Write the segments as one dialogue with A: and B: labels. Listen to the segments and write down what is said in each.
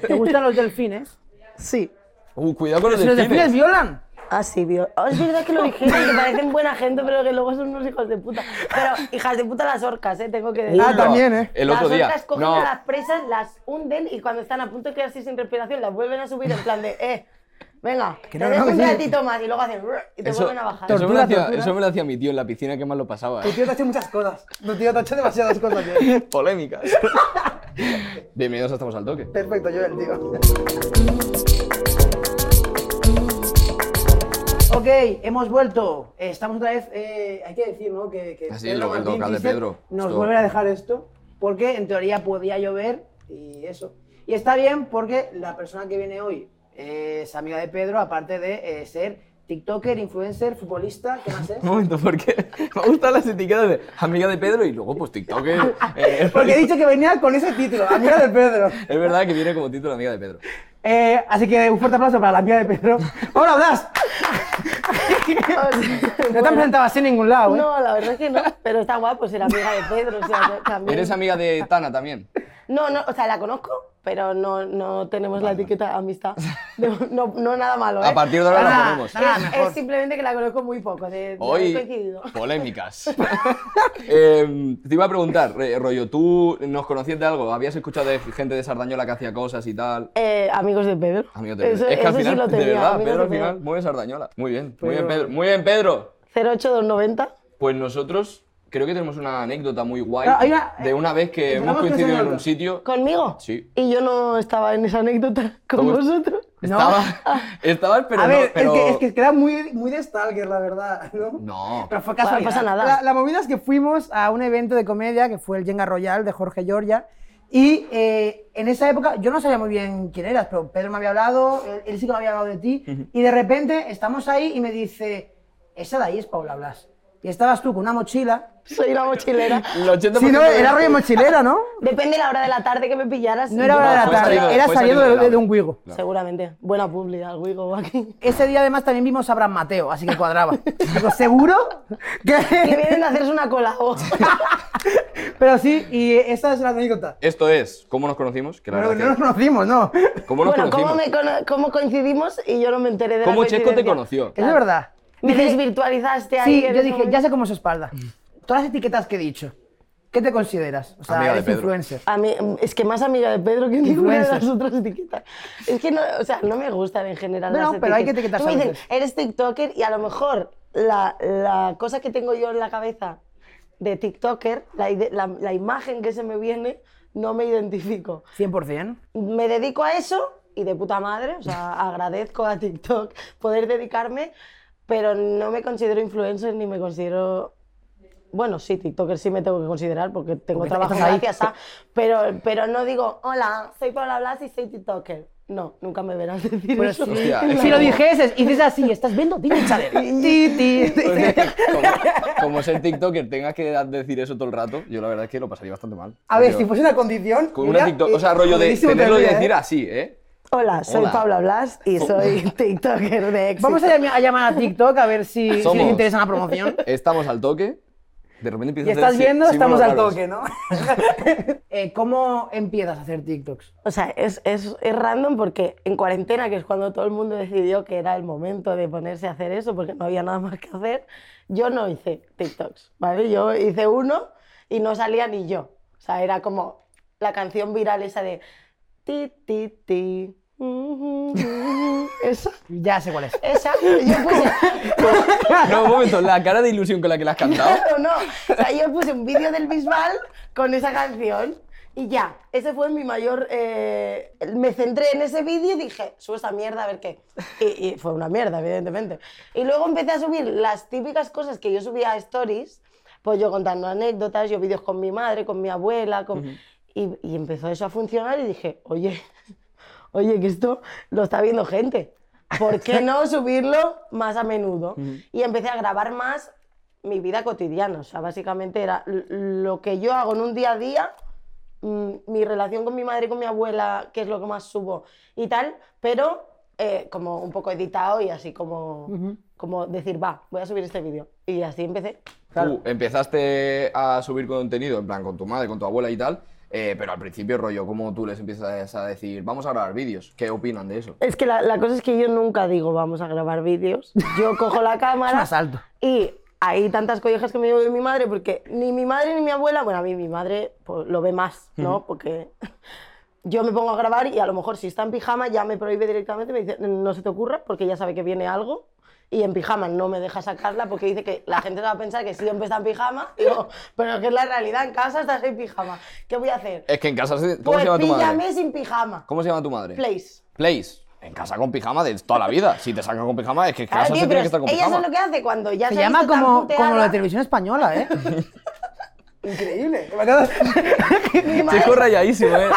A: ¿Te gustan los delfines?
B: Sí.
C: Uh, cuidado con los
A: Si los delfines
C: delfines.
A: violan.
B: Ah, sí, vio.
D: Oh, es verdad que lo dijeron, que parecen buena gente, pero que luego son unos hijos de puta. Pero hijas de puta las orcas, ¿eh? Tengo que decir.
B: Ah, también, ¿eh?
C: El otro
D: las
C: día.
D: orcas cogen
C: No,
D: a las presas, las hunden y cuando están a punto de quedarse sin respiración las vuelven a subir en plan de, eh, venga,
B: Que
D: te
B: no,
D: dejo
B: no,
D: un
B: sí.
D: ratito más y luego hacen "Ruah", y te
C: eso,
D: vuelven a bajar.
C: eso me lo
B: Tortura,
C: hacía,
B: tortura.
C: eso me lo hacía mi tío en la piscina que más lo pasaba.
B: Tu tío te ha hecho muchas cosas. Tu tío te ha hecho demasiadas cosas. tío.
C: Polémicas. Bienvenidos a Estamos al Toque.
B: Perfecto, yo el tío.
A: Ok, hemos vuelto. Eh, Estamos otra vez. eh, hay que decir, ¿no? Que, que
C: Ah, sí, lo- el
A: Martín
C: local de
A: Thyssen
C: Pedro.
A: Nos
C: Esto-
A: vuelve a dejar esto porque en teoría podía llover y eso. Y está bien porque la persona que viene hoy eh, es amiga de Pedro, aparte de eh, ser TikToker, influencer, futbolista, ¿qué más es?
C: Un momento, porque me gustan las etiquetas de amiga de Pedro y luego pues TikTok. eh, eh,
B: Porque he dicho que venía con ese título, amiga de Pedro.
C: Es verdad que viene como título amiga de Pedro.
B: Eh, así que un fuerte aplauso para la amiga de Pedro. ¡Hola, Blas! No te han presentado así en ningún lado, ¿eh?
D: No, la verdad es que no, pero está guapo ser amiga de Pedro, o sea, yo también.
C: Eres amiga de Tana también.
D: No, no, o sea, la conozco, pero no, no tenemos la etiqueta amistad. No, no, no nada malo, ¿eh?
C: A partir de ahora la
A: Tana,
C: ponemos.
A: Tana,
D: Es-
A: mejor.
D: Es simplemente que la conozco muy poco, de, de haber
C: Hoy,
D: coincidido.
C: polémicas. Eh, te iba a preguntar, eh, rollo, ¿tú nos conocías de algo? ¿Habías escuchado de gente de Sardañola que hacía cosas y tal?
D: Eh, amigos de Pedro.
C: Amigo, te-
D: Eso-
C: es que al
D: eso sí
C: final,
D: lo tenía,
C: de verdad,
D: amigos
C: Pedro al
D: de Pedro.
C: final mueve Sardañola. Muy bien, muy
B: Pero-
C: bien, Pedro. Muy bien, Pedro.
D: 08290.
C: Pues nosotros creo que tenemos una anécdota muy guay
B: Ah, hay una-
C: de una vez que
B: tenemos
C: hemos
B: que
C: coincidido en
B: enseñarla.
C: un sitio.
D: ¿Conmigo?
C: Sí.
D: Y yo no estaba en esa anécdota con
C: ¿Cómo es?
D: vosotros.
C: Estaba, estabas, pero
B: a
C: no,
B: ver, es
C: pero-
B: que- es, que, es que era muy, muy de Stalker, la verdad, ¿no?
C: No.
B: Pero fue
D: Bueno,
B: casualidad.
D: no pasa nada.
B: La, la movida es que fuimos a un evento de comedia que fue el Jenga Royal de Jorge Giorgia. Y eh, en esa época yo no sabía muy bien quién eras, pero Pedro me había hablado, él, él sí que me había hablado de ti. Y de repente estamos ahí y me dice: Esa de ahí es Paula Blas. Y estabas tú con una mochila.
D: Soy una mochilera.
C: El 80%
B: Sí, no,
C: de-
B: era rollo mochilera, ¿no?
D: Depende de la hora de la tarde que me pillaras.
B: No era hora de la
C: fue
B: tarde,
C: salido-
B: era
C: fue
B: saliendo
C: salido
B: de,
C: del
B: de un
C: agua.
B: Wigo.
C: Claro.
D: Seguramente. Buena publicidad, el Wigo aquí.
B: Ese día además también vimos a Bran Mateo, así que cuadraba. Digo, ¿seguro?
D: Que
B: que
D: vienen a hacerse una cola. o-
B: Pero sí, y esa es la anécdota.
C: Esto es, ¿cómo nos conocimos? Que la
B: Pero
C: verdad
B: no nos
C: que-
B: conocimos, ¿no.
C: ¿Cómo nos
D: bueno, ¿cómo,
C: conocimos?
D: me cono- cómo coincidimos y yo no me enteré de la
C: ¿Cómo Checo te
D: coincidencia?
C: conoció?
B: Es verdad.
D: Me desvirtualizaste ahí.
B: Sí,
D: en
B: yo
D: ese
B: dije,
D: momento.
B: ya sé cómo es su espalda. Todas las etiquetas que he dicho. ¿Qué te consideras? O sea,
C: Amiga de
B: eres
C: Pedro.
B: influencer.
D: A mí, es que más amiga de Pedro que ninguna de las
B: Influencer.
D: otras etiquetas. Es que no, o sea, no me gustan en general.
B: No,
D: las
B: pero hay que
D: etiquetas.
B: etiquetarse
D: Tú me
B: a
D: dicen, eres TikToker y a lo mejor la, la cosa que tengo yo en la cabeza de TikToker, la, ide- la- la imagen que se me viene, no me identifico.
B: 100%.
D: Me dedico a eso y de puta madre, o sea, agradezco a TikTok poder dedicarme, pero no me considero influencer ni me considero bueno, sí, TikToker sí me tengo que considerar porque tengo
B: Porque
D: trabajo
B: estás ahí.
D: gracias a. Pero, pero no digo, hola, soy Paula Blas y soy TikToker. No, nunca me verás decir
B: Pero
D: eso.
B: Pues sí.
C: Hostia, es
B: Si
C: que
B: lo
C: como-
B: dijeses, y dices así, estás viendo Disney Channel. Ti, ti, ti.
C: Porque como, como ser TikToker tengas que decir eso todo el rato, yo la verdad es que lo pasaría bastante mal.
B: A ver,
C: Yo-
B: si fuese una condición. eh,
C: Con una TikTok, o sea, rollo de tenerlo y decir así, ¿eh?
D: Hola, soy
C: Hola.
D: Paula Blas y soy TikToker de éxito.
B: Vamos a, llam- a llamar a TikTok a ver si, si
C: Somos.
B: les interesa la promoción.
C: Estamos al toque. De repente empiezas
B: Y
C: a
B: estás
C: hacer sí-
B: viendo,
C: símbolos
B: estamos al
C: raros.
B: toque, ¿no? Eh, ¿Cómo empiezas a hacer TikToks?
D: O sea, es, es, es random porque en cuarentena, que es cuando todo el mundo decidió que era el momento de ponerse a hacer eso porque no había nada más que hacer, yo no hice TikToks, ¿vale? Yo hice uno y no salía ni yo. O sea, era como la canción viral esa de ti, ti, ti. mm, mm, mm, Esa,
B: Ya sé cuál es.
D: esa, yo puse,
C: No, un momento, la cara de ilusión con la que la has cantado.
D: Claro, no. O sea, yo puse un vídeo del Bisbal con esa canción y ya. Ese fue mi mayor. eh, me centré en ese vídeo y dije, subo esta mierda a ver qué. Y, y fue una mierda, evidentemente. Y luego empecé a subir las típicas cosas que yo subía a stories, pues yo contando anécdotas, yo vídeos con mi madre, con mi abuela, con. y, y empezó eso a funcionar y dije, oye, oye, que esto lo está viendo gente. ¿Por qué no subirlo más a menudo? Y empecé a grabar más mi vida cotidiana. O sea, básicamente era l- lo que yo hago en un día a día, mm, mi relación con mi madre y con mi abuela, que es lo que más subo y tal, pero eh, como un poco editado y así como, como decir, va, voy a subir este vídeo. Y así empecé.
C: Tú empezaste a subir contenido, en plan, con tu madre, con tu abuela y tal. eh, pero al principio, rollo, como tú les empiezas a decir, vamos a grabar vídeos, ¿qué opinan de eso?
D: Es que la, la cosa es que yo nunca digo vamos a grabar vídeos. Yo cojo la cámara.
B: un asalto.
D: Y hay tantas collejas que me llevo de mi madre, porque ni mi madre ni mi abuela, bueno, a mí mi madre pues, lo ve más,
C: Mm.
D: ¿no? Porque yo me pongo a grabar y a lo mejor si está en pijama ya me prohíbe directamente, me dice, no se te ocurra, porque ya sabe que viene algo. Y en pijama no me deja sacarla porque dice que la gente va a pensar que siempre está en pijama. Digo, pero que es la realidad, en casa estás en pijama. ¿Qué voy a hacer?
C: Es que en casa. se- ¿Cómo
D: pues
C: se llama tu madre?
D: píllame sin pijama.
C: ¿Cómo se llama tu madre?
D: Place.
C: Place. En casa con pijama de toda la vida. Si te sacan con pijama, es que en
D: Claro,
C: casa
D: tío,
C: se tiene
D: pero
C: que estar con
D: ella
C: pijama.
D: es lo que hace cuando ya
B: Se
D: ha
B: llama
D: visto tan
B: como, como la
D: puteada.
B: televisión española, ¿eh?
A: Increíble.
D: Mi madre-
C: Chico rayadísimo, ¿eh?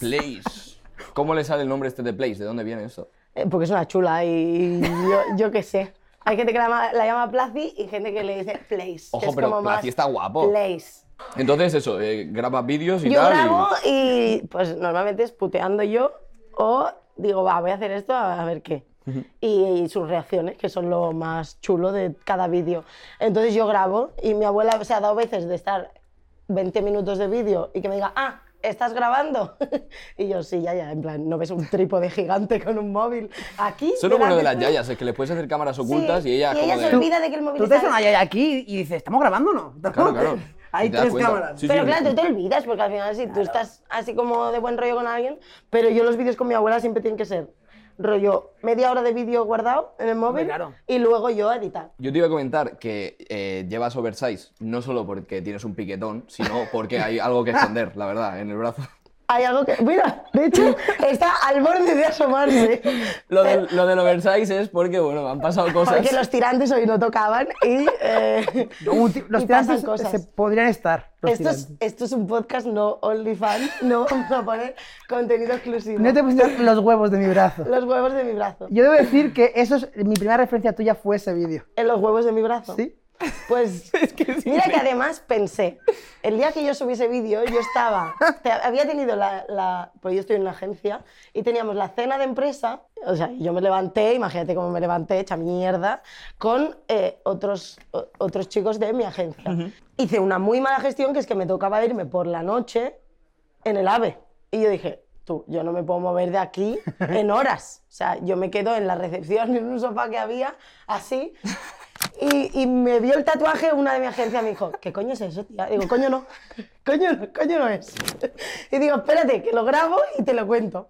C: Place. ¿Cómo le sale el nombre este de Place? ¿De dónde viene eso?
D: Eh, Porque es una chula y yo, yo qué sé. Hay gente que la, llama- la llama Placi y gente que le dice Place. que
C: Ojo,
D: es
C: pero
D: como más
C: Placi está guapo.
D: Place.
C: Entonces, eso, eh, grabas vídeos y
D: Yo
C: tal. y-
D: grabo y pues normalmente es puteando yo o digo, va, voy a hacer esto a ver qué. Y, y sus reacciones, que son lo más chulo de cada vídeo. Entonces yo grabo y mi abuela se ha dado veces de estar 20 minutos de vídeo y que me diga, ah, ¿estás grabando? y yo, sí, ya, ya, en plan, no ves un trípode gigante con un móvil. Aquí...
C: Eso es lo bueno de
D: delante
C: las
D: tuyo".
C: yayas, es que le puedes hacer cámaras
D: Sí,
C: ocultas y ella como
D: se
C: de...
D: olvida de que el móvil
B: Tú te
D: está-
B: sonas ahí aquí y dices, ¿estamos grabando o no?
C: Claro, claro.
B: Hay
C: Y te das
B: tres
C: cuenta.
B: cámaras.
C: Sí,
D: pero
C: sí.
D: claro, tú te olvidas, porque al final si tú estás así como de buen rollo con alguien, pero yo los vídeos con mi abuela siempre tienen que ser rollo media hora de vídeo guardado en el móvil
B: claro.
D: y luego yo a editar.
C: Yo te iba a comentar que eh, llevas oversize no solo porque tienes un piquetón, sino porque hay algo que esconder, la verdad, en el brazo.
D: Hay algo que... Mira, de hecho, está al borde de asomarse. Eh,
C: Lo del, lo del oversize es porque, bueno, han pasado cosas.
D: Porque los tirantes hoy no tocaban y... eh,
B: Uti- Los
D: y
B: tirantes
D: pasan cosas.
B: se podrían estar. Los
D: Esto es,
B: tirantes.
D: esto es un podcast no OnlyFans, no vamos a poner contenido exclusivo.
B: No te pusiste los huevos de mi brazo.
D: Los huevos de mi brazo.
B: Yo debo decir que eso es, mi primera referencia tuya fue ese vídeo.
D: En los huevos de mi brazo.
B: ¿Sí?
D: Pues mira que además pensé, el día que yo subí ese vídeo, yo estaba, te- había tenido la, la, pues yo estoy en una agencia, y teníamos la cena de empresa, o sea, yo me levanté, imagínate cómo me levanté, hecha mierda, con eh, otros, o- otros chicos de mi agencia. Hice una muy mala gestión, que es que me tocaba irme por la noche en el AVE. Y yo dije, tú, yo no me puedo mover de aquí en horas. O sea, yo me quedo en la recepción, en un sofá que había, así. Y, y me vio el tatuaje una de mi agencia, me dijo, ¿qué coño es eso, tía? Digo, coño no, coño no, coño no es. Y digo, espérate, que lo grabo y te lo cuento.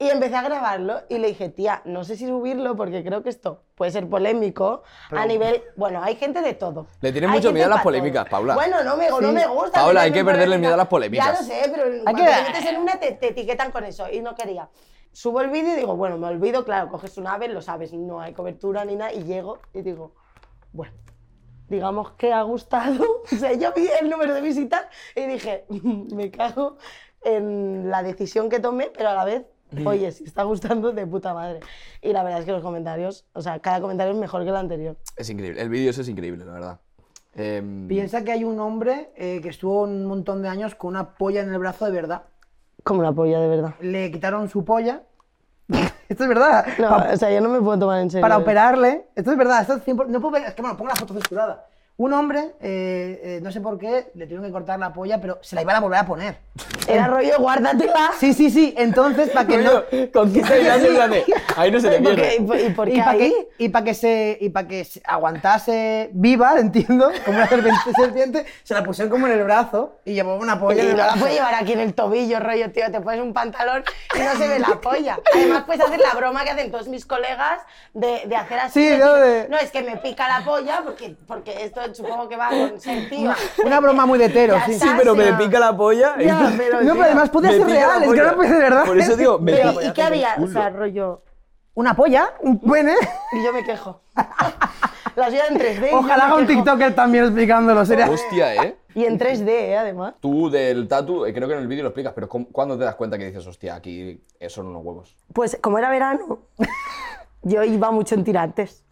D: Y empecé a grabarlo y le dije, tía, no sé si subirlo porque creo que esto puede ser polémico a nivel... Bueno, hay gente de todo.
C: Le tienes
D: Hay
C: mucho
D: gente
C: miedo a las
D: pa' todo.
C: polémicas, Paula.
D: Bueno, no me, no me gusta.
C: Paula, hay
D: meterme
C: que
D: en
C: perderle el miedo a
D: Ya
C: las
D: lo
C: polémicas.
D: sé, pero cuando te metes en una te, te etiquetan con eso y no quería. Subo el vídeo y digo, bueno, me olvido, claro, coges un ave, lo sabes, no hay cobertura ni nada, y llego y digo, bueno, digamos que ha gustado. O sea, yo vi el número de visitas y dije, "Mm, me cago en la decisión que tomé, pero a la vez,
B: Mm.
D: oye, si está gustando, de puta madre. Y la verdad es que los comentarios, o sea, cada comentario es mejor que el anterior.
C: Es increíble, el vídeo ese es increíble, la verdad. Em,
B: Piensa que hay un hombre eh, que estuvo un montón de años con una polla en el brazo de verdad.
D: Como una polla, de verdad.
B: Le quitaron su polla. esto es verdad.
D: No,
B: Pa-
D: o sea, yo no me puedo tomar en serio.
B: para
D: esto.
B: operarle. Esto es verdad. Esto es 100%. no puedo ver- Es que bueno, pongo la foto censurada. Un hombre, eh, eh, no sé por qué, le tuvieron que cortar la polla, pero se la iban a volver a poner.
D: Era rollo, guárdatela.
B: Sí, sí, sí. Entonces, para que no.
C: Coño, con 15 años, en plan de, ahí no se te
D: ¿Y por qué,
C: pierde.
D: y por- y por
B: Y
D: qué
B: para
D: ahí?
B: que, y pa' que se y pa' que se aguantase viva, entiendo, como una serpiente, serpiente, se la pusieron como en el brazo y llevó una polla. en
D: Y
B: el
D: no la
B: brazo.
D: puedes llevar aquí en el tobillo, rollo, tío, te pones un pantalón y no se ve la polla. Además, puedes hacer la broma que hacen todos mis colegas de, de hacer así.
B: Sí,
D: de
B: ¿no?
D: decir,
B: De-
D: "No, es que me pica la polla porque, porque esto supongo que va con sentido.
B: Una broma muy de hetero,
D: Ya
B: sí.
D: está,
B: Sí,
C: Pero me
D: sí,
C: pica la polla. y-
D: Ya, pero,
B: No,
D: tío,
B: pero además podía
C: Me
B: ser
C: pica la
B: real, es que
C: polla.
B: no puede ser verdad.
C: Por eso digo, me
D: pero,
C: pica-
D: ¿Y qué había? O sea,
C: culo.
D: rollo,
B: Una polla, un pene.
D: y yo me quejo. Las veía en 3D. y yo
B: Ojalá
D: me
B: haga un
D: quejo.
B: TikToker también explicándolo, sería.
C: Hostia, ¿eh?
D: Y en 3D, eh, además.
C: Tú del tatu, eh, creo que en el vídeo lo explicas, pero ¿cómo- ¿cuándo te das cuenta que dices, hostia, aquí son unos huevos?
D: Pues como era verano, yo iba mucho en tirantes.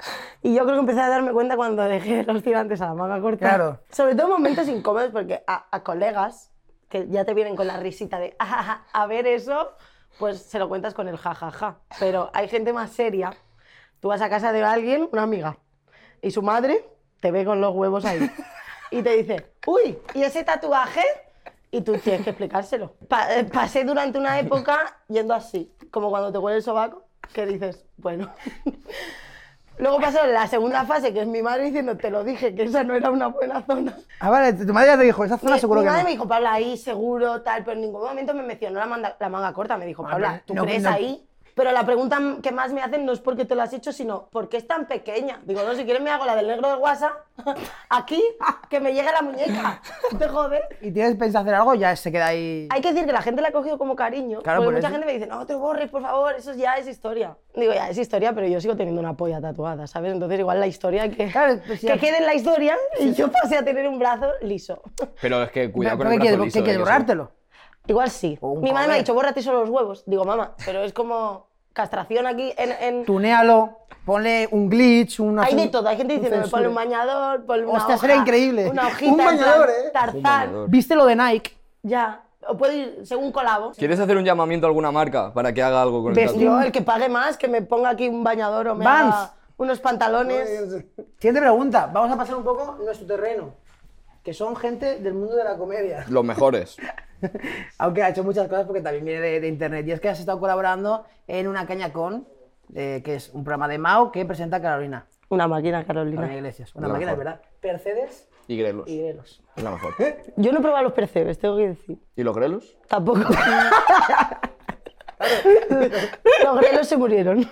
D: Y yo creo que empecé a darme cuenta cuando dejé los tirantes a la manga corta.
B: Claro.
D: Sobre todo momentos incómodos porque a, a colegas que ya te vienen con la risita de "Ah, a ver eso, pues se lo cuentas con el jajaja. Pero hay gente más seria. Tú vas a casa de alguien, una amiga, y su madre te ve con los huevos ahí. Y te dice, uy, ¿y ese tatuaje? y tú tienes que explicárselo. Pa- eh, pasé durante una época yendo así, como cuando te huele el sobaco, que dices, bueno. Luego pasó la segunda fase, que es mi madre diciendo, te lo dije, que esa no era una buena zona.
B: Ah, vale, tu madre ya te dijo, esa zona
D: Mi-
B: seguro
D: mi
B: que
D: madre
B: no.
D: me dijo, Paula, ahí seguro, tal, pero en ningún momento me mencionó la, manda- la manga corta. Me dijo,
B: Ah,
D: Paula,
B: pero
D: ¿tú
B: no-
D: crees
B: no-
D: ahí? Pero la pregunta m- que más me hacen no es por qué te lo has hecho, sino por qué es tan pequeña. Digo, no, si quieres me hago la del negro de WhatsApp, aquí, que me llegue la muñeca. Te jode.
B: Y tienes pensado hacer algo, ya se queda ahí.
D: Hay que decir que la gente la ha cogido como cariño.
B: Claro,
D: porque
B: por
D: mucha
B: eso.
D: gente me dice, no, te lo borres, por favor, eso ya es historia. Digo, ya es historia, pero yo sigo teniendo una polla tatuada, ¿sabes? Entonces igual la historia que,
B: Claro, pues sí.
D: que quede en la historia y yo pasé a tener un brazo liso.
C: Pero es que cuidado con el
B: ¿Pero
C: brazo
B: qué quieres,
C: liso,
B: qué quieres,
C: ¿eh? Que sí.
B: borrártelo?
D: Igual sí.
B: O un
D: Mi madre me ha
B: cover.
D: dicho, bórrate solo los huevos. Digo, mamá, pero es como castración aquí en... en-
B: Tunealo, ponle un glitch, una...
D: Hay de todo, hay gente diciendo,
B: un
D: ponle un
B: censure.
D: bañador, ponle una
B: Hostia,
D: hoja,
B: será increíble.
D: Una
B: Un
D: hojita, en
B: bañador,
D: plan
B: ¿eh?
D: Tarzán,
C: Un bañador.
B: ¿Viste lo de Nike?
D: ya. O puedo ir según colabo.
C: ¿Quieres hacer un llamamiento a alguna marca para que haga algo con el
D: Ves,
C: tatu?
D: yo, el que pague más, que me ponga aquí un bañador o me
B: Vans.
D: haga unos pantalones.
B: Siguiente pregunta, vamos a pasar un poco nuestro terreno, que son gente del mundo de la comedia.
C: Los mejores.
B: Aunque ha hecho muchas cosas porque también viene de, de internet. Y es que has estado colaborando en Una Caña Con, eh, que es un programa de Mao que presenta Carolina,
D: Una máquina,
B: Carolina
D: Carolina.
B: Iglesias. Una
C: La
B: máquina,
C: mejor.
B: ¿verdad? Percedes
C: Y grelos.
B: y Grelos.
C: Es la mejor.
D: Yo no he probado los percebes, tengo que decir.
C: ¿Y los grelos?
D: Tampoco. los grelos se murieron.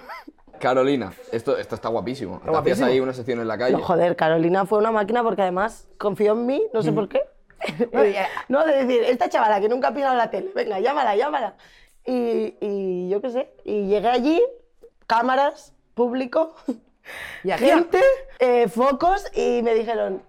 C: Carolina, esto, esto está guapísimo. Te hacías ahí una sección en la calle.
D: No, joder, Carolina fue una máquina porque además confió en mí, no sé por qué. no, de decir, esta chavala que nunca ha pisado la tele, venga, llámala, llámala. Y, y yo qué sé, y llegué allí, cámaras, público,
B: Y aquí-
D: gente, eh, focos, y me dijeron,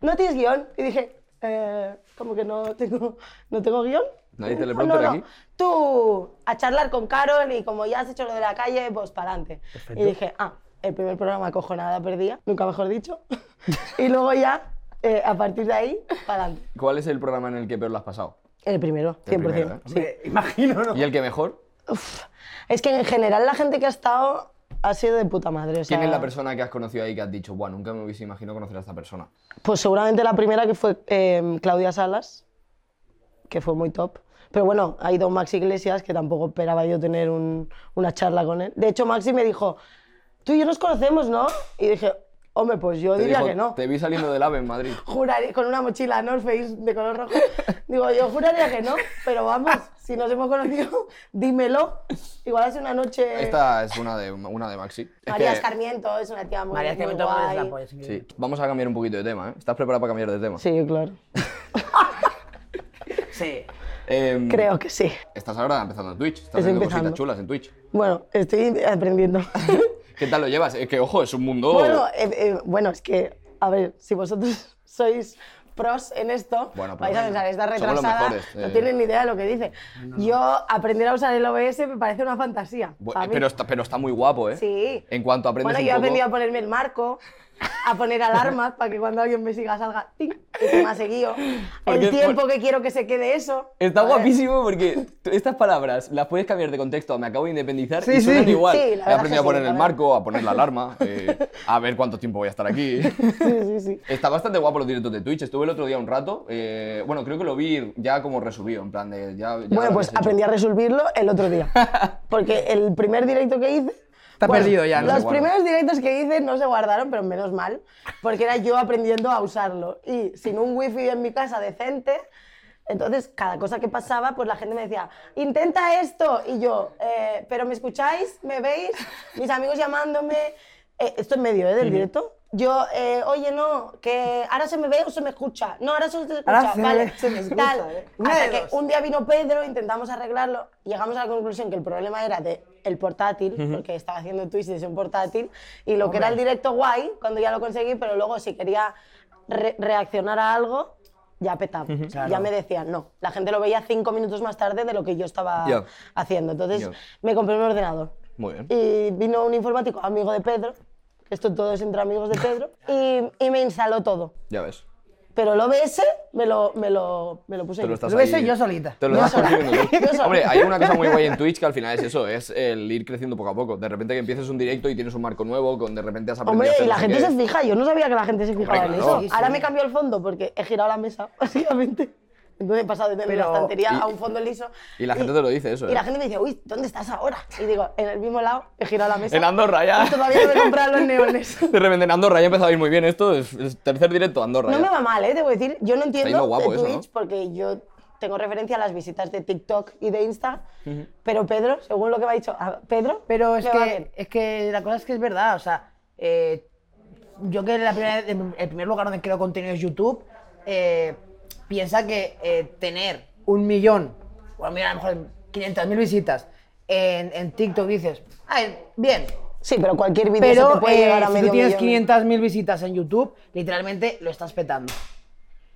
D: ¿no tienes guión? Y dije, eh, como que no tengo, no tengo guión.
C: ¿Nadie te le
D: "Ah,
C: pregunta
D: no,
C: aquí?".
D: no, Tú a charlar con Carol y como ya has hecho lo de la calle, pues para adelante. Y dije, ah, el primer programa cojonada perdía, nunca mejor dicho. y luego ya, eh, a partir de ahí, para adelante.
C: ¿Cuál es el programa en el que peor lo has pasado?
D: El primero, 100%.
C: El primero, ¿eh?
B: Hombre, Imagino, ¿no?
C: ¿Y el que mejor?
D: Uf, es que en general la gente que ha estado ha sido de puta madre. o sea,
C: ¿Quién es la persona que has conocido ahí que has dicho, Buah, nunca me hubiese imaginado conocer a esta persona?
D: Pues seguramente la primera que fue eh, Claudia Salas, que fue muy top. Pero bueno, ha ido Max Iglesias, que tampoco esperaba yo tener un- una charla con él. De hecho, Maxi me dijo, tú y yo nos conocemos, ¿no? Y dije, hombre, pues yo
C: Te
D: diría
C: dijo,
D: que no.
C: Te vi saliendo del AVE en Madrid.
D: Juraría, con una mochila North Face de color rojo. Digo, yo juraría que no, pero vamos, si nos hemos conocido, dímelo. Igual hace una noche...
C: Esta es una de, una de Maxi. Es
D: María
C: que-
D: Escarmiento es una tía muy,
B: María, es que
D: muy
B: me tomo desde la
D: guay.
B: polla, sin
C: Sí. Vamos a cambiar un poquito de tema, ¿eh? ¿Estás preparada para cambiar de tema?
D: Sí, claro.
B: que- Sí.
C: Em,
D: Creo que sí.
C: Estás ahora empezando en Twitch. Estás
D: Estoy
C: haciendo
D: empezando.
C: cositas chulas en Twitch.
D: Bueno, estoy aprendiendo.
C: ¿Qué tal lo llevas? Es que, ojo, es un mundo...
D: Bueno, eh, eh, bueno, es que, a ver, si vosotros sois pros en esto,
C: Bueno, pero
D: vais a
C: bueno,
D: pensar, está
C: somos los
D: retrasada,
C: mejores, eh.
D: no tienen ni idea de lo que dice. Yo aprender a usar el OBS me parece una fantasía.
C: Bu-
D: para
C: eh,
D: mí.
C: pero, está, pero está muy guapo, ¿eh?
D: Sí.
C: En cuanto aprendes
D: Bueno,
C: un
D: yo he
C: poco-
D: aprendido a ponerme el marco, a poner alarmas para que cuando alguien me siga salga, ¡ting! y se me ha seguido.
C: Porque-
D: El tiempo
C: por-
D: que quiero que se quede eso.
C: Está
D: A ver,
C: guapísimo porque tú- estas palabras las puedes cambiar de contexto. a Me acabo de independizar y
B: Sí,
C: suenan
B: sí.
C: igual.
D: Sí, la
C: He
D: verdad es que
C: aprendido a
D: sí,
C: poner
D: la
C: el
D: verdad.
C: marco, a poner la alarma, eh, a ver cuánto tiempo voy a estar aquí.
D: Sí, sí, sí.
C: Está bastante guapo los directos de Twitch. Estuve el otro día un rato. eh, bueno, creo que lo vi ya como resubido, en plan de. Ya, ya lo
D: Bueno,
C: habéis
D: pues
C: hecho.
D: aprendí a resolverlo el otro día. Porque el primer directo que hice.
B: Está perdido ya,
C: ¿no?
D: Los
C: Se guarda.
D: primeros directos que hice no se guardaron, pero menos mal, porque era yo aprendiendo a usarlo. Y sin un wifi en mi casa decente, entonces cada cosa que pasaba, pues la gente me decía, intenta esto. Y yo, "Eh, ¿pero me escucháis? ¿Me veis? Mis amigos llamándome. Eh, esto en medio ¿eh? del directo. Yo, eh, oye, no, que ahora se me ve o se me escucha. No, ahora solo se escucha.
B: Ahora se me
D: vale,
B: ve, se me escucha,
D: tal".
B: ¿eh? Una
D: Hasta
B: de
D: que
B: dos.
D: un día vino Pedro, intentamos arreglarlo, llegamos a la conclusión que el problema era de el portátil, porque estaba haciendo Twitch desde un portátil, y lo que era el directo guay, cuando ya lo conseguí, pero luego si quería re- reaccionar a algo, ya petaba. Ya me decían, no, la gente lo veía cinco minutos más tarde de lo que yo estaba
C: Ya.
D: haciendo. Entonces
C: Ya.
D: me compré un ordenador.
C: Muy bien.
D: Y vino un informático, amigo de Pedro, esto todo es entre amigos de Pedro, y, y me instaló todo.
C: Ya ves.
D: Pero el OBS me lo, me lo, me lo puse
C: Te lo
D: yo.
C: estás
B: Lo ves
C: ahí-
B: yo solita.
C: Te lo
D: Yo
C: estás
D: sola.
C: consiguiendo tú.
D: Yo sola.
C: Hombre, hay una cosa muy guay en Twitch que al final es eso, es el ir creciendo poco a poco. De repente que empieces un directo y tienes un marco nuevo, con de repente has aprendido
D: Hombre,
C: a hacer
D: y la
C: no sé
D: gente
C: qué.
D: se fija, yo no sabía que la gente se fijaba en
C: claro.
D: eso.
C: Sí,
D: Ahora me cambió el fondo porque he girado la mesa, básicamente. Entonces he pasado de tener
A: Pero-
D: la estantería
C: y-
D: a un fondo liso.
C: y la gente te lo dice, eso,
D: Y
C: ¿eh?
D: la gente me dice, uy, ¿dónde estás ahora? Y digo, en el mismo lado, he girado la mesa.
C: En Andorra ya.
D: Y todavía no me he comprado los neones.
C: De repente en Andorra ya ha empezado a ir muy bien esto. Es el tercer directo a Andorra.
D: No
C: ya.
D: me va mal, ¿eh? Debo decir, yo no entiendo
C: yendo guapo
D: de
C: eso,
D: Twitch
C: ¿no?
D: porque yo tengo referencia a las visitas de TikTok y de Insta, pero Pedro, según lo que me ha dicho a Pedro,
B: Pero es
D: me va bien.
B: que, es que la cosa es que es verdad, o sea, eh, yo que la primera- el primer lugar donde creo contenido es YouTube, eh, piensa que eh, tener un millón, o mira, a lo mejor 500.000 visitas en, en TikTok dices, ay, bien,
D: Sí, pero cualquier vídeo se te
B: pero
D: puede
B: eh,
D: llegar a
B: si
D: medio
B: tú tienes
D: millón.
B: 500.000 visitas en YouTube, literalmente lo estás petando.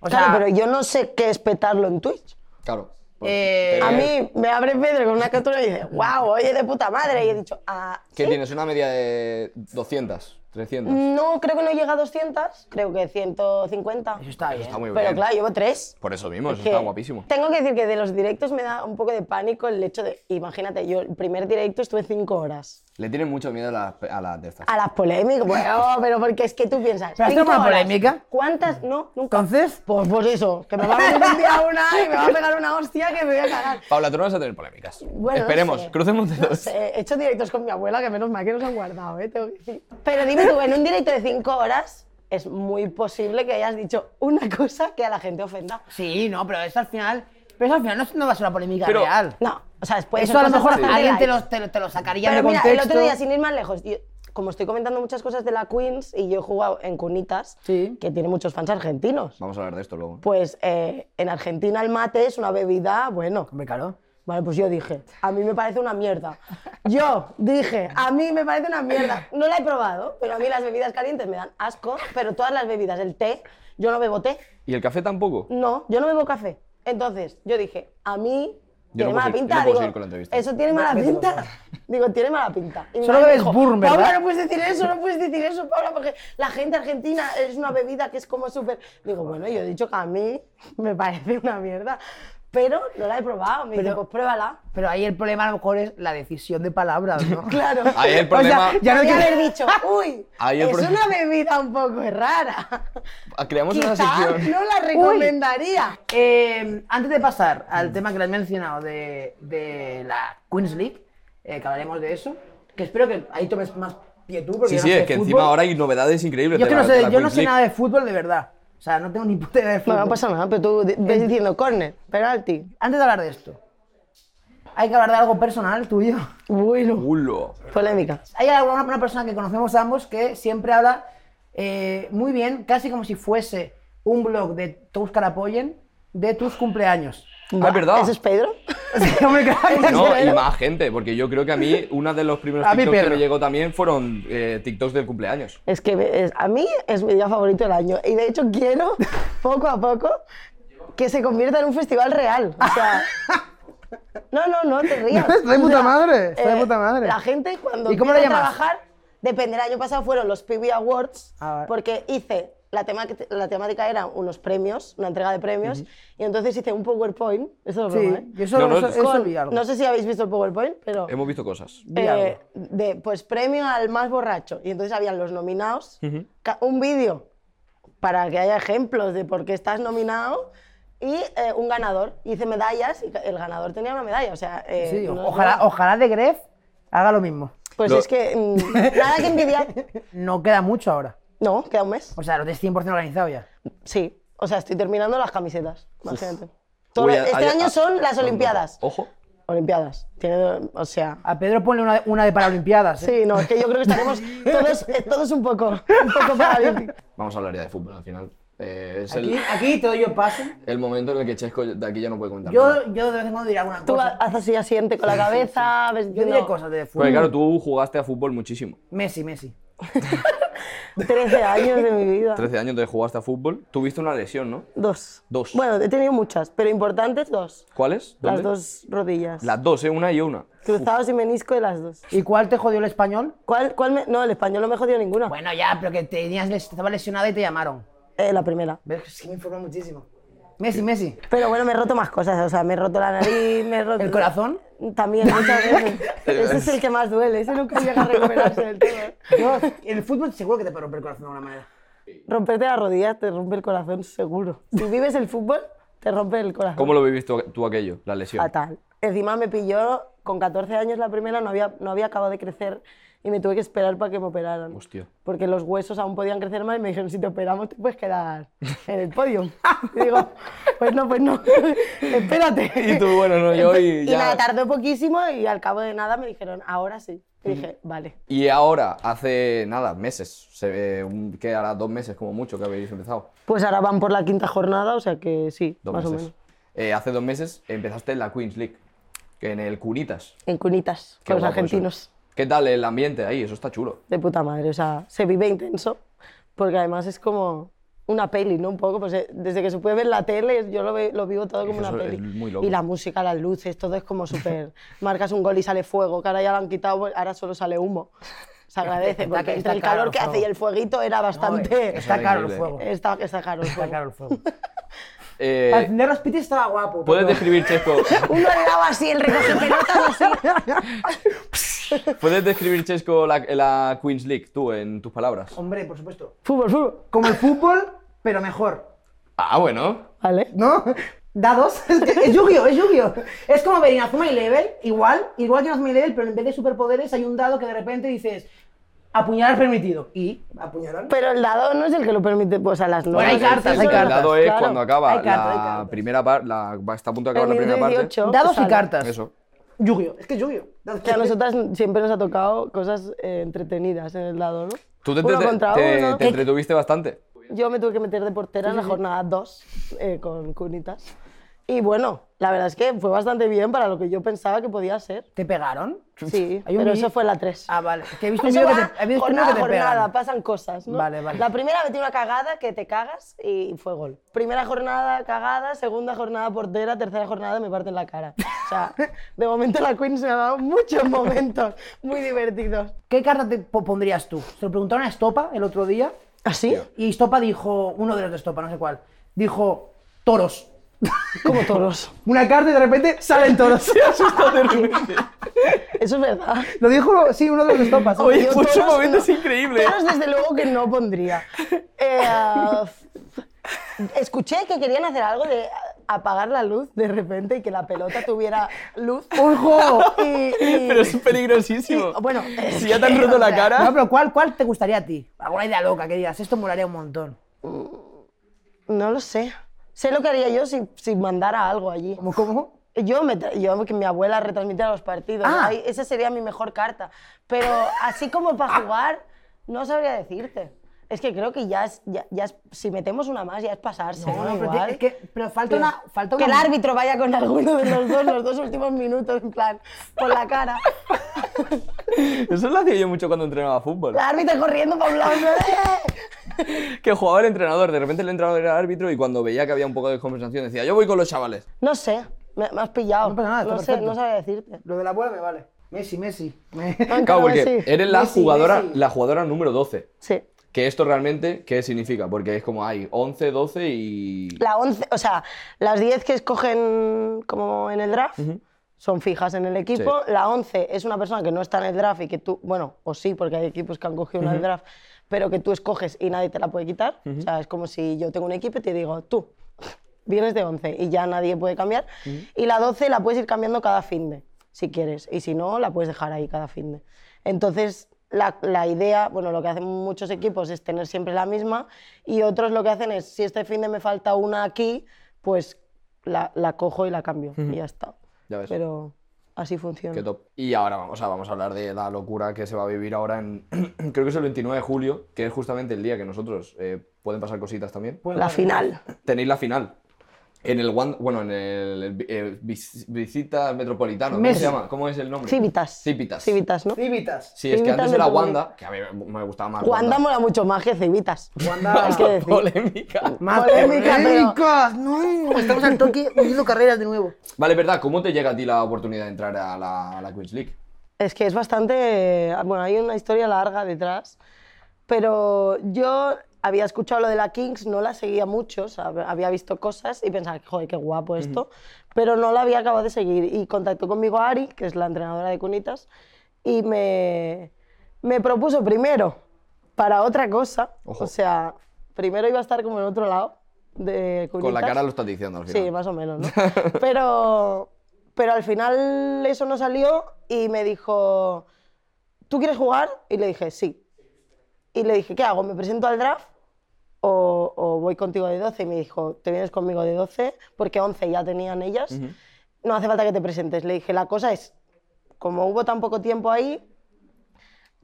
B: O sea,
D: Claro, pero yo no sé qué es petarlo en Twitch.
C: Claro. pues,
B: Eh,
C: pero
D: A
C: que-
D: mí me abre Pedro con una captura y dice, wow, oye, de puta madre. Y he dicho, ah,
C: ¿Qué
D: ¿sí? Mm,
C: tienes? ¿Una media de 200? ¿300?
D: No, creo que no llega a 200, creo que 150.
B: eso está bien.
C: Está muy bien.
D: Pero claro, llevo tres.
C: Por eso mismo, eso
D: que
C: está guapísimo.
D: Tengo que decir que de los directos me da un poco de pánico el hecho de, imagínate, yo el primer directo estuve cinco horas.
C: Le tienen mucho miedo a las, a las de estas.
D: A las polémicas, bueno, pero porque es que tú piensas.
B: ¿Pero has
D: cinco
B: tomado
D: horas,
B: polémica?
D: ¿Cuántas? No, nunca.
B: Entonces,
D: Pues, pues eso, que me va a venir un día una y me va a pegar una hostia que me voy a cagar.
C: Paula, tú no vas a tener polémicas.
D: Bueno, no
C: Esperemos,
D: sé.
C: crucemos dedos.
D: No sé, He hecho directos con mi abuela, que menos mal que nos han guardado, ¿eh? Tengo que decir. Pero dime tú, en un directo de cinco horas es muy posible que hayas dicho una cosa que a la gente ofenda.
B: sí, no, pero eso al final, pero eso al final no, es- no va a ser una polémica
C: Pero-
B: real.
D: No, o sea, después.
B: Eso a lo mejor alguien te lo, te, lo- te lo sacaría
D: Pero
B: de
D: mira,
B: contexto.
D: el otro día, sin ir más lejos, yo- como estoy comentando muchas cosas de la Queens y yo he jugado en Cunitas,
B: Sí.
D: que tiene muchos fans argentinos,
C: Vamos a hablar de esto luego.
D: pues eh, en Argentina el mate es una bebida, bueno.
B: Hombre, claro.
D: Vale, pues yo dije, a mí me parece una mierda. Yo dije, a mí me parece una mierda. No la he probado, pero a mí las bebidas calientes me dan asco, pero todas las bebidas, el té, yo no bebo té,
C: ¿Y el café tampoco?
D: no, yo no bebo café. Entonces, yo dije, a mí
C: Yo
D: tiene
C: no puedo
D: mala
C: seguir- yo
D: pinta.
C: no puedo
D: digo,
C: seguir con la entrevista.
D: Eso tiene mala pinta. Digo, tiene mala pinta. Y mi
B: Solo
D: madre
B: bebes
D: dijo,
B: Burn, ¿verdad?
D: Paula, no puedes decir eso, no puedes decir eso, Paula, porque la gente argentina es una bebida que es como súper. Digo, bueno, yo he dicho que a mí me parece una mierda, pero no la he probado. Me dice, pues pruébala.
B: Pero ahí el problema a lo mejor es la decisión de palabras, ¿no?
D: Claro.
C: Ahí el
B: O sea,
C: problema.
B: ya
D: Podría
B: no quiero-
D: haber dicho, uy,
C: Ahí el
D: es
C: pro-
D: una bebida un poco rara.
C: Ah, Creamos una
D: Quizás
C: sección.
D: no la recomendaría.
B: Eh, antes de pasar al tema que le has mencionado de, de la Queens League, eh, que hablaremos de eso, que espero que ahí tomes más pie tú, porque
C: Sí,
B: yo no
C: sí,
B: sé
C: es
B: de
C: que
B: fútbol.
C: encima ahora hay novedades increíbles.
B: Yo, es
C: de
B: que
C: la-
B: no sé,
C: de
B: de-
C: la
B: yo no
C: Queens
B: sé
C: League.
B: nada de fútbol de verdad. O sea, no tengo ni puta idea de fútbol.
D: No, no pasa nada, pero tú di- ves diciendo corner, penalti.
B: Antes de hablar de esto, hay que hablar de algo personal tuyo.
D: Bueno.
C: Culo.
D: Polémica.
B: Hay alguna una persona que conocemos ambos que siempre habla eh, muy bien, casi como si fuese un blog de Te buscar apoyen, de tus cumpleaños.
C: Ah, es verdad.
D: ¿Ese es Pedro?
B: Sí, hombre, claro que
C: No,
B: sí.
C: y más gente, porque yo creo que a mí una de los primeros
B: A mí,
C: TikToks que
B: Pedro.
C: me llegó también fueron eh, TikToks del cumpleaños.
D: Es que me- es- a mí es mi día favorito del año. Y de hecho quiero, poco a poco, que se convierta en un festival real. O sea... No, no, no, te rías.
B: No, está de
D: O
B: puta
D: sea, eh,
B: madre, está de puta madre.
D: La gente cuando
B: ¿Y cómo lo
D: empieza a
B: llamas?
D: trabajar, depende, el año pasado fueron los PB Awards,
B: Ah, vale.
D: porque hice, la, tema, la temática era unos premios, una entrega de premios, y entonces hice un PowerPoint, eso es
B: Sí,
D: broma, ¿eh?
B: yo eso,
C: No, no,
B: eso-
C: es-
B: eso
D: Con-
B: vi algo.
D: No sé si habéis visto el PowerPoint, pero...
C: Hemos visto cosas.
B: Vi
D: eh,
B: algo.
D: de, pues premio al más borracho. Y entonces habían los nominados, ca- un vídeo para que haya ejemplos de por qué estás nominado y eh, un ganador. Hice medallas y ca- el ganador tenía una medalla. O sea, eh,
B: Sí, o-
D: no-
B: ojalá,
D: no-
B: ojalá de Gref haga lo mismo.
D: Pues
C: Lo-
D: es que mm, nada que envidiar.
B: No queda mucho ahora.
D: No, queda un mes.
B: O sea, lo tienes 100% organizado ya.
D: Sí. O sea, estoy terminando las camisetas. Imagínate. Todo-
C: Uy, a-
D: este
C: a-
D: año
C: a-
D: son las Olimpiadas.
C: Ojo.
D: Olimpiadas. Tiene, o sea,
B: A Pedro ponle una, de- una de Paralimpiadas. ¿eh?
D: Sí, no, es que yo creo que estaremos todos, eh, todos un poco, un poco paralímpicos.
C: Vamos a hablar ya de fútbol al final. Eh, es
B: Aquí,
C: el,
B: aquí te doy yo paso.
C: el momento en el que Chesco de aquí ya no puede contar. nada.
B: Yo, yo de vez en cuando diré alguna
D: Tú
B: cosa.
D: haces así asiente con la cabeza, ves
B: Yo diré
D: diciendo,
B: cosas de fútbol.
C: Porque claro, tú jugaste a fútbol muchísimo.
B: Messi, Messi.
D: 13 años de mi vida.
C: 13 años entonces jugaste a fútbol. Tuviste una lesión, ¿no?
D: Dos.
C: Dos.
D: Bueno, he tenido muchas, pero importantes dos.
C: ¿Cuáles?
D: Las
C: ¿Dónde?
D: dos rodillas.
C: Las dos, ¿eh? Una y una.
D: Cruzados y menisco de las dos.
B: ¿Y cuál te jodió el español?
D: ¿Cuál, cuál me- No, el español no me jodió ninguna.
B: Bueno, ya, pero que tenías, les- estaba lesionada y te llamaron.
D: Eh, la primera.
B: ¿Ves? Es que me informó muchísimo. Messi, Messi.
D: Pero bueno, me he roto más cosas. O sea, me he roto la nariz, me he roto...
B: ¿El corazón?
D: También, muchas veces. Ese es el que más duele. Ese nunca llega a recuperarse del tema.
B: Yo, el fútbol seguro que te puede romper el corazón de alguna manera.
D: Romperte la rodilla te rompe el corazón, seguro. Si vives el fútbol, Te rompe el corazón.
C: ¿Cómo lo viviste tú, tú aquello, la
B: Ah,
C: lesión?
D: Fatal. Encima me pilló con 14 años la primera, no había, no había acabado de crecer y me tuve que esperar para que me operaran.
C: Hostia.
D: Porque los huesos aún podían crecer más y me dijeron, si te operamos te puedes quedar en el podio. Y digo, pues no, pues no, espérate.
C: Y tú, bueno, no, yo y
D: Y
C: ya-
D: nada, tardó poquísimo y al cabo de nada me dijeron, ahora sí. Y dije, vale.
C: Y ahora, hace nada, meses, se ve un- que hará dos meses como mucho que habéis empezado.
D: Pues ahora van por la quinta jornada, o sea que sí,
C: Dos
D: más o
C: meses.
D: menos.
C: Eh, hace dos meses empezaste en la Queens League, en el Cunitas.
D: En cunitas,
C: Qué
D: con los
C: guapo eso.
D: argentinos.
C: ¿Qué tal el ambiente ahí? Eso está chulo.
D: de puta madre. O sea, se vive intenso, porque además es como una peli, ¿no? Un poco, pues eh, desde que se puede ver la tele, yo lo, ve- lo vivo todo como
C: Eso
D: una
C: es
D: peli.
C: muy loco.
D: Y la música, las luces, todo es como súper... Marcas un gol y sale fuego, que ahora ya lo han quitado, pues, ahora solo sale humo. Se agradece,
B: Está
D: porque
B: que-
D: entre
B: está
D: el
B: caro
D: calor
B: el
D: que hace y
B: fuego.
D: el fueguito era bastante...
B: Está
C: era
B: caro el
C: increíble.
B: fuego.
D: Está, está caro el
B: Está
D: fuego.
B: caro el fuego.
C: Eh,
B: Para encender los pitis estaba guapo.
C: ¿Puedes
B: pero-
C: describir, Chesco,
D: Uno le daba así, el recoge pelotas así.
C: ¿puedes describir, Chesco, la, la Queens League, tú, en tus palabras?
B: Hombre, por supuesto.
D: Fútbol, fútbol.
B: Como el fútbol, pero mejor.
C: Ah, bueno.
D: Vale.
B: ¿No? Dados. Es, que es Yu-Gi-Oh! Es Yu-Gi-Oh! Es como ver Inazuma y Level, igual, igual que Inazuma y Level, pero en vez de superpoderes hay un dado que de repente dices, apuñalar permitido. Y apuñalar.
D: Pero el dado no es el que lo permite, pues a las nueve.
B: hay
D: sí,
B: cartas,
D: sí,
B: hay
D: son
C: El
B: cartas,
C: dado es
D: claro.
C: cuando acaba
B: Hay cartas, hay
C: la
B: cartas.
C: primera parte, está a punto de
D: El
C: acabar la primera
D: minuto
C: parte.
D: 18
B: Dados y
D: sale.
B: cartas.
C: Eso.
B: Yu-Gi-Oh! Es que es Yu-Gi-Oh! Dados-
D: Que a nosotras siempre nos ha tocado cosas eh, entretenidas en el lado, ¿no?
C: Tú te,
D: uno
C: te-
D: contra
C: te-
D: uno.
C: te entretuviste bastante.
D: Yo me tuve que meter de portera en la jornada 2 con cunitas. Y bueno, la verdad es que fue bastante bien para lo que yo pensaba que podía ser.
B: ¿Te pegaron?
D: Sí,
B: Hay un
D: pero
B: vídeo-
D: eso fue la 3.
B: Ah, vale. Es que he visto un vídeo que te, he visto un vídeo
D: jornada,
B: que te
D: jornada,
B: pegan.
D: pasan cosas, ¿no?
B: Vale, vale.
D: La primera metí una cagada que te cagas y fue gol. Primera jornada cagada, segunda jornada portera, tercera jornada me parten la cara. O sea, de momento la Queen se me ha dado muchos momentos muy divertidos.
B: ¿Qué carta te po- pondrías tú? Se lo preguntaron a Estopa el otro día
D: ¿Así?
B: y Estopa dijo, uno de los de Estopa, no sé cuál, dijo, toros.
D: Como toros.
B: Una carta y de repente salen toros.
D: Eso es verdad.
B: lo dijo, sí, uno de los de Estopa. sí.
C: Oye,
D: Yo
C: puso
D: toros
C: momentos
D: no-
C: increíbles.
D: toros desde luego que no pondría. Eh, ah, escuché que querían hacer algo de apagar la luz de repente y que la pelota tuviera luz.
B: ¡Ojo!
D: Y, y-
C: Pero es peligrosísimo.
D: y- bueno, es
C: si ya te
D: que,
C: han roto
D: o
C: la
D: sea,
C: cara.
B: No, pero ¿cuál, ¿cuál te gustaría a ti? Alguna idea loca que digas, esto molaría un montón.
D: no lo sé. Sé lo que haría yo si, si mandara algo allí.
B: ¿Cómo, cómo?
D: Yo, me tra- yo que mi abuela retransmitía los partidos.
B: Ah.
D: Ay, esa sería mi mejor carta. Pero así como
B: Ah.
D: para jugar, no sabría decirte. Es que creo que ya es, ya, ya es- si metemos una más, ya es pasarse.
B: No,
D: No,
B: pero
D: Igual.
B: ti- es que- pero falta una- falta
D: que
B: una-
D: el árbitro vaya con alguno de los dos, los dos últimos minutos, en plan, por la cara.
C: Eso lo hacía yo mucho cuando entrenaba fútbol.
D: El árbitro corriendo para un lado.
C: Que jugaba el entrenador, de repente el entrenador era árbitro y cuando veía que había un poco de conversación decía, yo voy con los chavales.
D: No sé, me, me has pillado.
B: No pasa nada, está
D: no sé,
B: perfecto.
D: no sabría decirte.
B: Lo de la abuela me vale. Messi, Messi. Me-
C: Claro, porque
D: sí.
C: eres la
B: Messi,
C: jugadora,
B: Messi.
C: la jugadora número 12.
D: Sí.
C: Que esto realmente, ¿qué significa? Porque es como hay 11, 12 y...
D: La 11, o sea, las 10 que escogen como en el draft son fijas en el equipo. La 11 es una persona que no está en el draft y que tú, bueno, o sí, porque hay equipos que han cogido una del draft, pero que tú escoges y nadie te la puede quitar. O sea, es como si yo tengo un equipo y te digo, tú, vienes de 11 y ya nadie puede cambiar. Y la 12 la puedes ir cambiando cada fin de, si quieres. Y si no, la puedes dejar ahí cada fin de. Entonces, la, la idea, bueno, lo que hacen muchos equipos es tener siempre la misma y otros lo que hacen es, si este fin de me falta una aquí, pues la, la cojo y la cambio y ya está.
C: Ya ves.
D: Pero así funciona.
C: Qué top. Y ahora vamos a, vamos a hablar de la locura que se va a vivir ahora en... creo que es el 29 de julio, que es justamente el día que nosotros eh, pueden pasar cositas también.
D: La final.
C: Tenéis la final. En el Wan- bueno, en el eh, vis- Visita Metropolitano, ¿cómo
B: Messi.
C: se llama? ¿Cómo es el nombre?
D: Civitas.
C: Civitas.
D: Civitas, ¿no?
B: Civitas.
C: Sí, es que
D: Civitas
C: antes era
D: Metropolitano.
C: Wanda, que a mí me gustaba más.
D: Wanda mola mucho más que Civitas.
B: Wanda-
D: hay que decir.
C: Polémica.
B: Más
D: Polémica, pero-
B: polémicas, no. Estamos al toque uniendo carreras de nuevo.
C: Vale, verdad, ¿cómo te llega a ti la oportunidad de entrar a la, a la Queens League?
D: Es que es bastante. Bueno, hay una historia larga detrás. Pero yo había escuchado lo de la Kings, no la seguía mucho, o sea, había visto cosas y pensaba, joder, qué guapo esto, pero no la había acabado de seguir. Y contactó conmigo Ari, que es la entrenadora de Cunitas, y me, me propuso primero para otra cosa,
C: Ojo.
D: o sea, primero iba a estar como en otro lado, de
C: Con la
D: cunitas.
C: cara lo estás diciendo al final.
D: Sí, más o menos, ¿no? Pero, pero al final eso no salió y me dijo, ¿tú quieres jugar? Y le dije, sí. Y le dije, ¿qué hago? ¿Me presento al draft o, o voy contigo de 12? Y me dijo, te vienes conmigo de 12 porque 11 ya tenían ellas. No hace falta que te presentes. Le dije, la cosa es, como hubo tan poco tiempo ahí,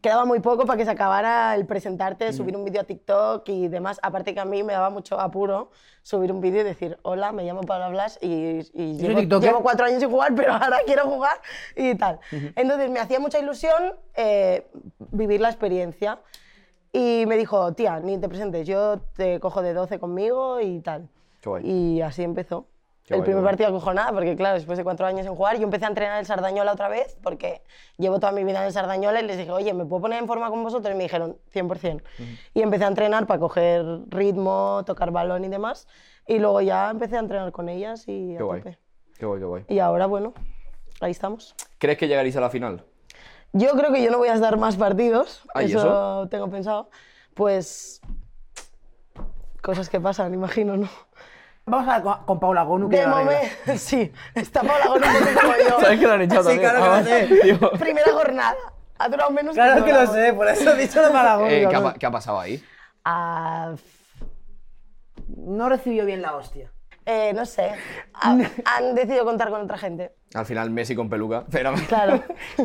D: quedaba muy poco para que se acabara el presentarte, subir un vídeo a TikTok y demás. Aparte que a mí me daba mucho apuro subir un vídeo y decir, hola, me llamo Paula Blas y, y
B: soy
D: llevo,
B: tiktoker".
D: llevo cuatro años sin jugar, pero ahora quiero jugar y tal. Entonces me hacía mucha ilusión eh, vivir la experiencia. Y me dijo, tía, ni te presentes, yo te cojo de 12 conmigo y tal.
C: Qué guay.
D: Y así empezó.
C: Qué
D: el primer
C: guay, qué guay.
D: partido acojonada, porque claro, después de cuatro años en jugar, yo empecé a entrenar el Sardañola otra vez, porque llevo toda mi vida en el Sardañola y les dije, oye, ¿me puedo poner en forma con vosotros? Y me dijeron, 100%. Y empecé a entrenar para coger ritmo, tocar balón y demás. Y luego ya empecé a entrenar con ellas y a
C: Qué guay.
D: tope.
C: Qué guay, qué guay.
D: Y ahora, bueno, ahí estamos.
C: ¿Crees que llegaréis a la final?
D: Yo creo que yo no voy a dar más partidos.
C: Ah, ¿y
D: eso,
C: eso?
D: tengo pensado. Pues. Cosas que pasan, imagino, ¿no?
B: Vamos a ver con, con Paula Gonu. que
D: De
B: era la regla.
D: momento. Sí, está Paula Gonu como yo.
C: ¿Sabes que lo han echado
B: Sí,
C: también?
B: claro que lo
C: Ah,
B: sé.
C: digo,
D: Primera jornada. Ha durado menos
B: Claro que
D: una
B: lo
D: hora.
B: sé, por eso he dicho de Paula Gonu.
C: eh, ¿qué, ha,
B: cabrón.
C: pa- qué ha pasado ahí?
D: Ah, f-
B: No recibió bien la hostia.
D: eh, no sé. Ha- han decidido contar con otra gente.
C: Al final Messi con peluca. Pero...
D: Claro.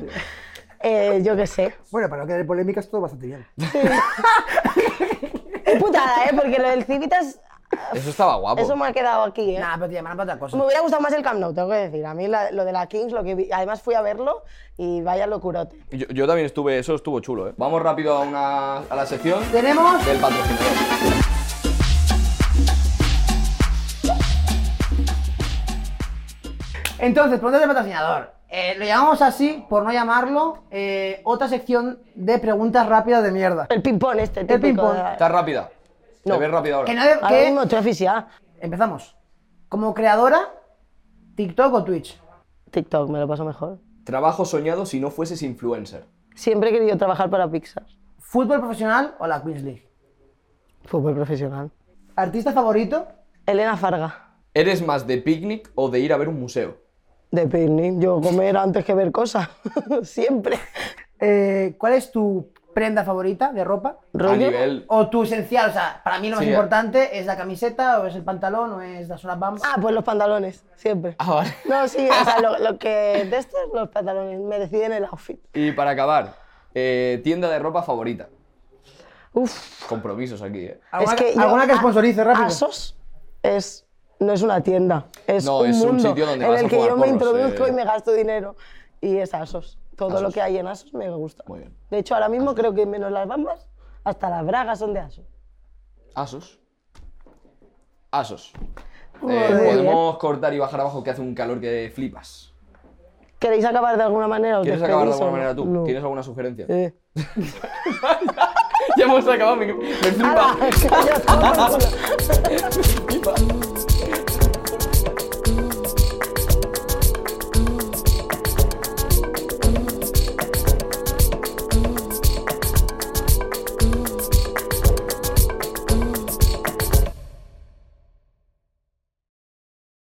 D: Eh, yo qué sé.
B: Bueno, para no quedar en polémicas, todo bastante bien.
D: Es putada, ¿eh? Porque lo del Civitas.
C: Eso estaba guapo.
D: Eso me ha quedado aquí, ¿eh?
B: Nada, pero te llamarán para otra cosa.
D: Me hubiera gustado más el Camp Nou, tengo que decir. A mí la- lo de la Kings, lo que vi- además fui a verlo y vaya locurote.
C: Yo, yo también estuve, eso estuvo chulo, ¿eh? Vamos rápido a, una, a la sección
B: Tenemos
C: del patrocinador.
B: Entonces, preguntas de patrocinador. Eh, lo llamamos así, por no llamarlo, eh, otra sección de preguntas rápidas de mierda.
D: El ping-pong este,
B: El
D: típico
B: ping-pong.
D: de-
C: ¿Estás rápida?
D: No.
C: ¿Te ves rápida ahora?
B: Que nadie-
D: Ahora
B: que-
D: mismo estoy oficial.
B: Empezamos. Como creadora, TikTok o Twitch.
D: TikTok, me lo paso mejor.
C: Trabajo soñado si no fueses influencer.
D: Siempre he querido trabajar para Pixar.
B: Fútbol profesional o la Queens League.
D: Fútbol profesional.
B: Artista favorito,
D: Elena Farga.
C: ¿Eres más de picnic o de ir a ver un museo?
D: De picnic. Yo comer antes que ver cosas. Siempre.
B: eh, ¿cuál es tu prenda favorita de ropa?
C: A
D: ¿Rollo?
C: nivel...
B: O tu esencial, o sea, para mí lo más
C: Sí, eh.
B: importante es la camiseta, o es el pantalón, o es las sola bamba.
D: Ah, pues los pantalones. Siempre.
C: Ah, vale.
D: No, sí, o sea, lo, lo que de estos, los pantalones. Me deciden el outfit.
C: Y para acabar, eh, tienda de ropa favorita.
D: Uf.
C: Compromisos aquí, ¿eh?
B: ¿Alguna,
D: Es que yo-
B: alguna que
D: a-
B: sponsorice rápido.
D: ASOS es, no es una tienda, es,
C: No,
D: un,
C: es un
D: mundo
C: sitio donde
D: en
C: vas
D: el
C: a
D: que
C: jugar
D: yo me
C: porros,
D: introduzco
C: eh.
D: y me gasto dinero. Y es ASOS. Todo lo
C: ASOS.
D: que hay en ASOS me gusta.
C: Muy bien.
D: De hecho, ahora mismo creo que menos las bambas, hasta las bragas son de ASOS.
C: Eh, Asos. Asos. Eh,
D: Joder.
C: podemos cortar y bajar abajo que hace un calor que flipas.
D: ¿Queréis acabar de alguna manera? ¿Os
C: ¿Quieres acabar de
D: despedís o
C: alguna
D: no?
C: manera tú?
D: No.
C: ¿Tienes alguna sugerencia?
D: Eh.
C: ya hemos acabado, me, me flipa.
D: ¡Hala! Ya está, por culo.